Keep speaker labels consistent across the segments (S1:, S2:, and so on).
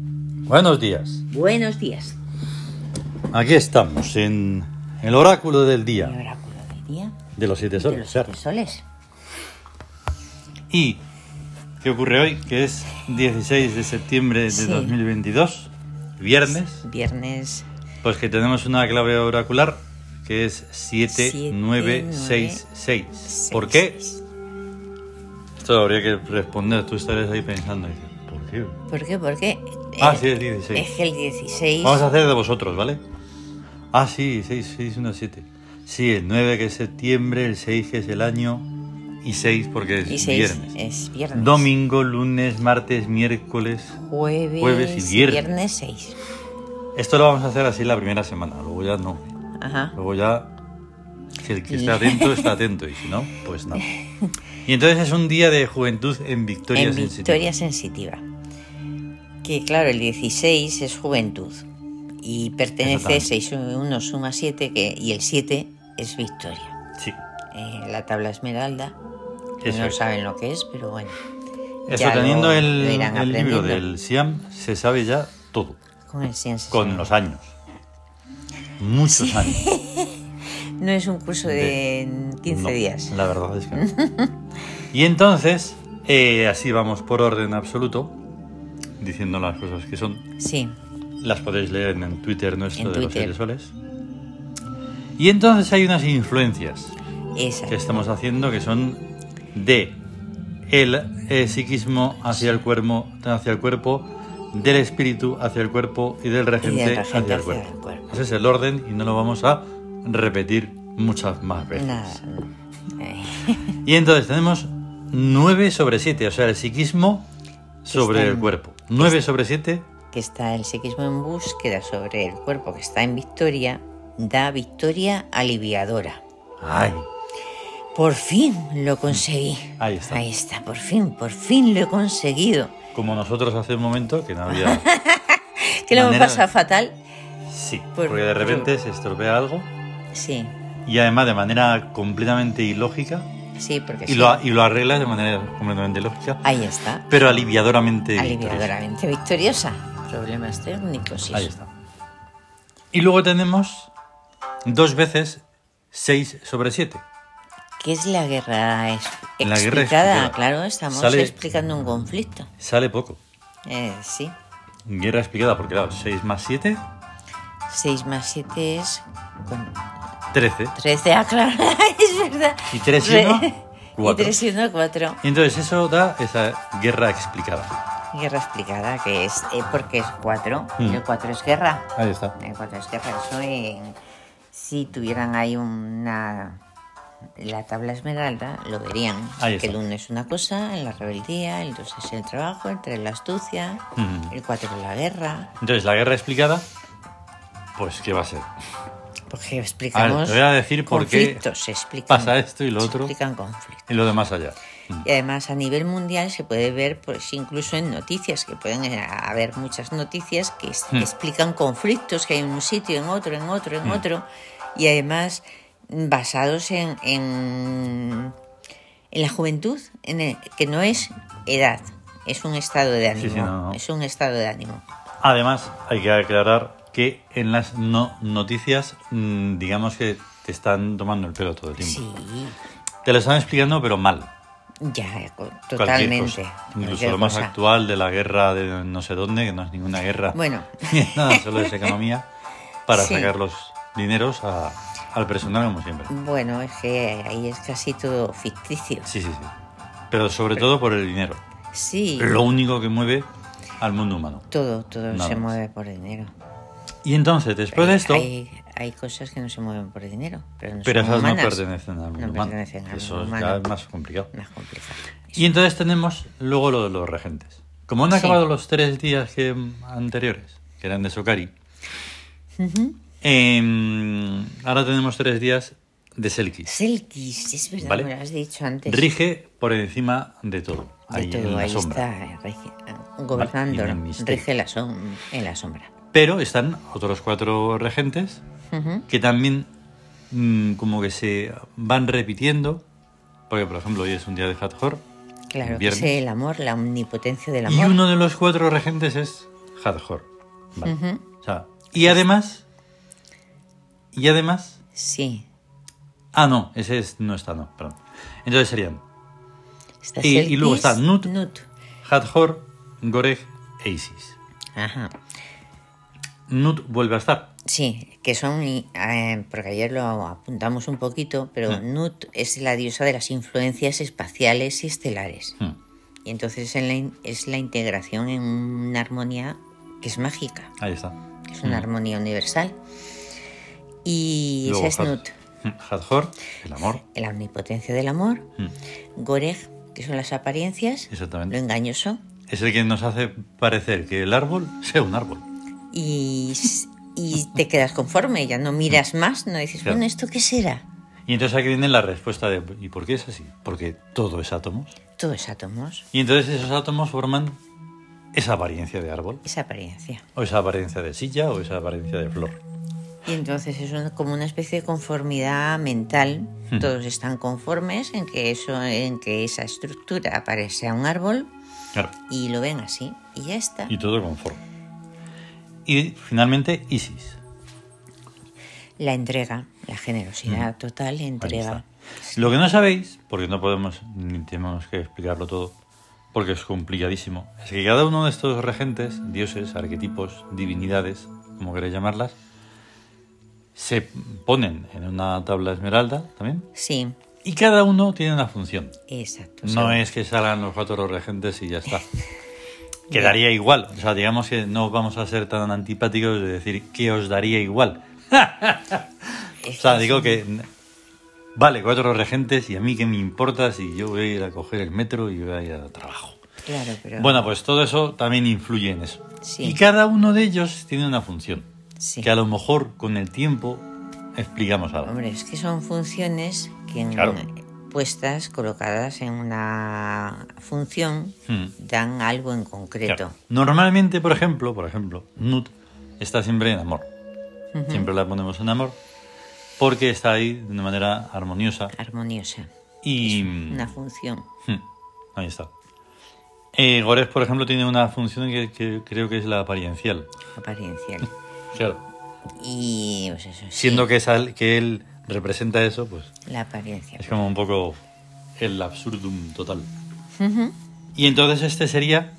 S1: Buenos días.
S2: Buenos días.
S1: Aquí estamos en el oráculo del
S2: El
S1: día
S2: oráculo del día
S1: de los siete
S2: de
S1: soles.
S2: los
S1: claro.
S2: siete soles.
S1: ¿Y qué ocurre hoy? Que es 16 de septiembre de
S2: Sí.
S1: 2022, viernes,
S2: Viernes
S1: pues que tenemos una clave oracular que es
S2: Siete,
S1: 7966.
S2: seis,
S1: ¿Por qué?
S2: seis.
S1: Esto habría que responder, tú estarás ahí pensando. dices, ¿Por qué?
S2: ¿Por qué? ¿Por qué?
S1: Ah,
S2: Eh,
S1: sí, es 16.
S2: Es que el 16.
S1: Vamos a hacer de vosotros, ¿vale? Ah, sí, 6, 6, 1, 7. Sí, el 9 que es septiembre, el 6 que es el año y 6 porque es
S2: y seis eh.
S1: viernes.
S2: Es viernes.
S1: Domingo, lunes, martes, miércoles.
S2: Jueves,
S1: jueves y viernes.
S2: 6.
S1: Esto lo vamos a hacer así la primera semana, luego ya no.
S2: Ajá.
S1: Luego ya, si el que está atento, está atento y si no, pues no. Y entonces es un día de juventud en Victoria
S2: en
S1: Sensitiva.
S2: Victoria Sensitiva. Que claro, el 16 es juventud. Y pertenece
S1: Exactamente.
S2: 6, 1 suma 7 que, y el 7 es victoria.
S1: Sí,
S2: Eh, la tabla esmeralda. que
S1: Eso
S2: no
S1: es.
S2: saben lo que es, pero bueno.
S1: esto
S2: ya lo-
S1: teniendo el,
S2: lo irán
S1: el libro
S2: aprendiendo.
S1: del Siam, se sabe ya todo.
S2: Con el ciencias.
S1: con los años. Muchos años.
S2: No es un curso de 15
S1: No,
S2: días.
S1: La verdad es que no. Y entonces, eh, así vamos por orden absoluto, diciendo las cosas que son.
S2: Sí,
S1: Las podéis leer en Twitter nuestro
S2: En
S1: de
S2: Twitter.
S1: los Soles. Y entonces hay unas influencias
S2: esa.
S1: que estamos haciendo que son de el eh, psiquismo hacia el cuerpo, hacia el cuerpo, del espíritu hacia el cuerpo y del regente,
S2: regente
S1: hacia el cuerpo. Ese es el orden y no lo vamos a repetir muchas más veces.
S2: Nada. Eh,
S1: Y entonces tenemos 9 sobre 7, o sea, el psiquismo sobre
S2: Está en-
S1: el cuerpo. 9 sobre 7,
S2: Que está el psiquismo en búsqueda sobre el cuerpo, que está en victoria, da victoria aliviadora.
S1: ay,
S2: Por fin lo conseguí.
S1: Ahí está.
S2: Ahí está, por fin, por fin lo he conseguido.
S1: como nosotros hace un momento que no había...
S2: Que lo hemos
S1: Manera-
S2: pasado fatal.
S1: Sí,
S2: Pues-
S1: porque de repente se estropea algo
S2: Sí,
S1: y además de manera completamente ilógica
S2: sí, porque
S1: y
S2: sí.
S1: lo, y lo arreglas de manera completamente lógica,
S2: Ahí está.
S1: pero aliviadoramente. victoriosa.
S2: Aliviadoramente victoriosa. Problemas técnicos. y
S1: Ahí
S2: eso.
S1: está. Y luego tenemos dos veces 6 sobre 7.
S2: ¿Qué es la guerra es-
S1: La guerra
S2: explicada?
S1: explicada.
S2: Claro, estamos
S1: Sale-
S2: explicando un conflicto.
S1: Sale poco.
S2: Eh, sí.
S1: Guerra explicada, porque claro, 6 más 7,
S2: 6 más 7 es con
S1: 13.
S2: 13. Ah, claro, es verdad.
S1: Y tres y
S2: Re-
S1: uno,
S2: Y
S1: cuatro.
S2: 3 y 1, 4.
S1: Y entonces eso da esa guerra explicada.
S2: Guerra explicada, que es eh, porque es 4.
S1: Mm.
S2: El 4 es guerra.
S1: Ahí está.
S2: El 4 es guerra. Eso en- si tuvieran ahí una... La tabla esmeralda lo verían.
S1: Ahí
S2: que el
S1: está.
S2: 1 es una cosa, la rebeldía, el 2 es el trabajo, el 3 la astucia,
S1: Mm.
S2: el 4 es la guerra.
S1: Entonces la guerra explicada, pues ¿qué va a ser?
S2: Porque explicamos.
S1: A ver, te voy a decir por qué
S2: conflictos, se explican-
S1: pasa esto y lo
S2: se
S1: otro. Mm.
S2: explican conflictos.
S1: Y lo de más allá.
S2: Y además a nivel mundial se puede ver, pues incluso en noticias, que pueden eh, haber muchas noticias que es-
S1: Mm.
S2: explican conflictos que hay en un sitio, en otro, en otro, en otro. Y además mm, basados en, en, en la juventud, en el- que no es edad, es un estado de
S1: Sí,
S2: ánimo.
S1: sí, no, no.
S2: Es un estado de ánimo.
S1: Además, hay que aclarar que en las no noticias, mm, digamos que te están tomando el pelo todo el tiempo.
S2: Sí,
S1: Te lo están explicando, pero mal.
S2: ya, co-
S1: Cualquier
S2: totalmente.
S1: cosa. Incluso
S2: cualquier
S1: lo más
S2: cosa.
S1: actual de la guerra de no sé dónde, que no es ninguna guerra.
S2: Bueno.
S1: Nada, solo es economía para
S2: Sí.
S1: sacar los dineros a- al personal, como siempre.
S2: Bueno, es que ahí es casi todo ficticio.
S1: Sí, sí, sí. Pero sobre todo por el dinero.
S2: Sí,
S1: Lo único que mueve al mundo humano.
S2: todo, todo
S1: Nada
S2: se
S1: más.
S2: mueve por dinero.
S1: Y entonces, después de
S2: Hay-
S1: esto,
S2: Hay, hay cosas que no se mueven por dinero, pero no
S1: pero
S2: son
S1: esas no
S2: humanas.
S1: pertenecen al mundo
S2: No
S1: humano.
S2: pertenecen al
S1: Eso
S2: mundo
S1: es
S2: humano.
S1: ya más complicado.
S2: Más complicado.
S1: Y entonces tenemos luego lo de los regentes. Como han
S2: Sí.
S1: acabado los tres días que, anteriores, que eran de Sokari, em, ahora tenemos tres días de Selkis.
S2: Selkis, es verdad,
S1: Vale.
S2: me lo has dicho antes.
S1: Rige por encima de todo.
S2: De
S1: ahí en
S2: todo,
S1: la
S2: ahí
S1: sombra.
S2: está, eh, rige- ah, gobernando,
S1: en el misterio.
S2: rige la som- en la sombra.
S1: Pero están otros cuatro regentes
S2: Ujú.
S1: que también mm, como que se van repitiendo. Porque, por ejemplo, hoy es un día de Hathor.
S2: Claro, que
S1: viernes,
S2: es el amor, la omnipotencia del
S1: Y
S2: amor.
S1: uno de los cuatro regentes es Hathor. Vale. O sea, y además. Y además.
S2: Sí.
S1: Ah, no, ese es- no está, no, perdón. Entonces serían
S2: Está
S1: Y- y luego está
S2: Celtis,
S1: Nut. Hathor, Gorej e Isis.
S2: Ajá.
S1: Nut vuelve a estar.
S2: Sí, que son, y- eh, porque ayer lo apuntamos un poquito,
S1: Ah.
S2: pero Nut es la diosa de las influencias espaciales y estelares.
S1: Hmm.
S2: Y entonces en la in- es la integración en una armonía que es mágica,
S1: Ahí está.
S2: que es
S1: Mm.
S2: una armonía universal. Y
S1: Luego
S2: esa es
S1: Had-
S2: Nut,
S1: Hmm, Hathor, el amor.
S2: la omnipotencia del amor.
S1: Hmm.
S2: Gorej, que son las apariencias, lo
S1: Exactamente.
S2: engañoso.
S1: Es el que nos hace parecer que el árbol sea un árbol.
S2: Y, s- y te quedas conforme, ya no miras más, no dices,
S1: Mm. Claro.
S2: bueno, ¿esto qué será?
S1: Y entonces aquí viene la respuesta de ¿y por qué es así? Porque todo es átomos.
S2: Todo es átomos,
S1: Y entonces esos átomos forman esa apariencia de árbol,
S2: es apariencia.
S1: o esa apariencia de silla, o esa apariencia de flor.
S2: Y entonces es un- como una especie de conformidad mental.
S1: Hmm.
S2: Todos están conformes en que eso, en que esa estructura parece a un árbol
S1: Claro.
S2: y lo ven así y ya está.
S1: Y todo conforme. Y finalmente Isis.
S2: La entrega, la generosidad total,
S1: Hmm. Ahí
S2: entrega.
S1: está. Lo que no sabéis, porque no podemos ni tenemos que explicarlo todo, porque es complicadísimo, es que cada uno de estos regentes, dioses, arquetipos, divinidades, como queréis llamarlas, se ponen en una tabla esmeralda también,
S2: Sí,
S1: y cada uno tiene una función.
S2: exacto.
S1: No
S2: sí.
S1: es que salgan los cuatro regentes y ya está. Quedaría igual. O sea, digamos que no vamos a ser tan antipáticos de decir que os daría igual. o sea, digo que. Vale, cuatro regentes y a mí que me importa si yo voy a ir a coger el metro y voy a ir al trabajo.
S2: Claro, pero
S1: Bueno, pues todo eso también influye en eso.
S2: Sí.
S1: Y cada uno de ellos tiene una función.
S2: sí.
S1: Que a lo mejor con el tiempo explicamos algo.
S2: Hombre, es que son funciones que en-
S1: Claro.
S2: puestas, colocadas en una función,
S1: Hmm.
S2: dan algo en concreto.
S1: Claro. Normalmente, por ejemplo, por ejemplo, Nut está siempre en amor. Siempre la ponemos en amor porque está ahí de una manera armoniosa
S2: Armoniosa.
S1: y
S2: Una función.
S1: Hmm, ahí está. Eh, Gorés, por ejemplo, tiene una función que, que creo que es la apariencial.
S2: apariencial.
S1: Claro.
S2: Y pues eso, sí,
S1: Siendo que esa- que él representa eso, pues
S2: la apariencia.
S1: es como un poco el absurdum total.
S2: Ujú.
S1: Y entonces este sería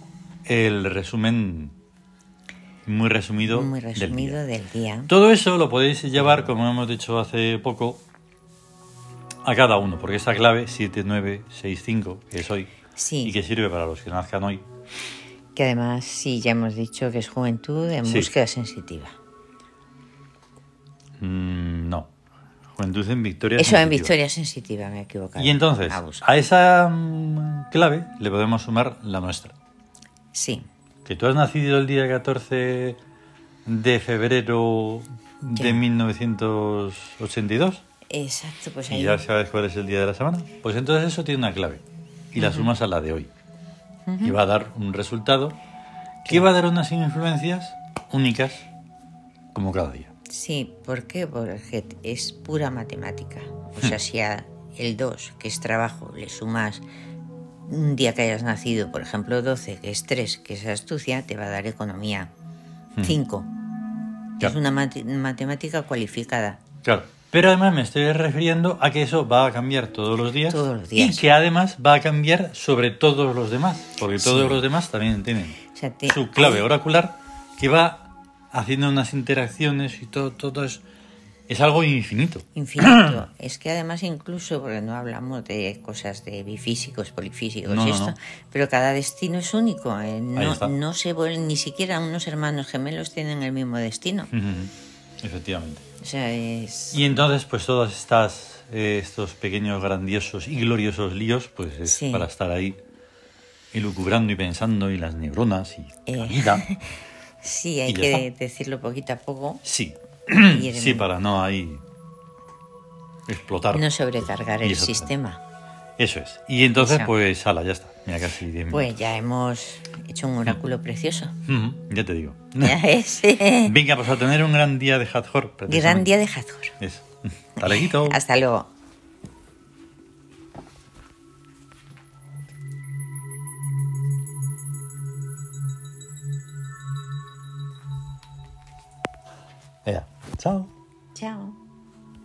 S1: el resumen muy resumido,
S2: Muy
S1: del
S2: resumido del día.
S1: Todo eso lo podéis llevar, como hemos dicho hace poco, a cada uno, porque esa clave 7965, que es hoy,
S2: Sí.
S1: y que sirve para los que nazcan hoy,
S2: Que además sí ya hemos dicho que es juventud en
S1: Sí.
S2: búsqueda sensitiva.
S1: mm, no. Juventud en Victoria.
S2: Eso
S1: Sensitiva.
S2: en victoria sensitiva me he equivocado.
S1: Y entonces,
S2: A buscar.
S1: a esa mm, clave le podemos sumar la nuestra.
S2: Sí.
S1: Que tú has nacido el día 14 de febrero de
S2: Ya.
S1: 1982.
S2: Exacto, pues
S1: y
S2: ahí.
S1: ya sabes cuál es el día de la semana, pues entonces eso tiene una clave y la sumas a la de hoy. Y va a dar un resultado que va a dar unas influencias únicas como cada día.
S2: Sí, ¿por qué? Porque es pura matemática. O sea, si a el 2, que es trabajo, le sumas un día que hayas nacido, por ejemplo, 12, que es 3, que es astucia, te va a dar economía. 5. Es
S1: Hmm. Claro.
S2: una mate- matemática cualificada.
S1: Claro. Pero además me estoy refiriendo a que eso va a cambiar todos los días,
S2: Todos los días.
S1: y que además va a cambiar sobre todos los demás, porque todos
S2: Sí.
S1: los demás también tienen
S2: O sea, te-
S1: su clave oracular que va haciendo unas interacciones y todo, todo es, es algo infinito.
S2: Infinito. es que además incluso, porque no hablamos de cosas de bifísicos, polifísicos,
S1: No, no,
S2: esto,
S1: no.
S2: pero cada destino es único. eh, No,
S1: está.
S2: no se vuelven, ni siquiera unos hermanos gemelos tienen el mismo
S1: Hmm.
S2: destino.
S1: Ujú. Efectivamente.
S2: O sea, es...
S1: Y entonces, pues todas estas eh, estos pequeños, grandiosos y gloriosos líos, pues es
S2: Sí.
S1: para estar ahí elucubrando y pensando y las neuronas y la
S2: Eh.
S1: vida.
S2: Sí, hay
S1: Y ya
S2: que
S1: está.
S2: decirlo poquito a poco
S1: Sí,
S2: y
S1: sí, para no ahí explotar.
S2: no sobrecargar
S1: Y
S2: el
S1: eso está.
S2: sistema.
S1: Eso es. Y entonces,
S2: Eso.
S1: pues, ala, ya está. Mira, casi 10 minutos.
S2: Pues ya hemos hecho un
S1: Mm.
S2: oráculo precioso.
S1: Ujú, ya te digo.
S2: Ya es, eh,
S1: Venga, pues a tener un gran día de Hathor.
S2: Gran
S1: precisamente.
S2: día de Hathor.
S1: Eso. Hasta luego.
S2: Hasta luego.
S3: Ea, chao.
S1: Chao.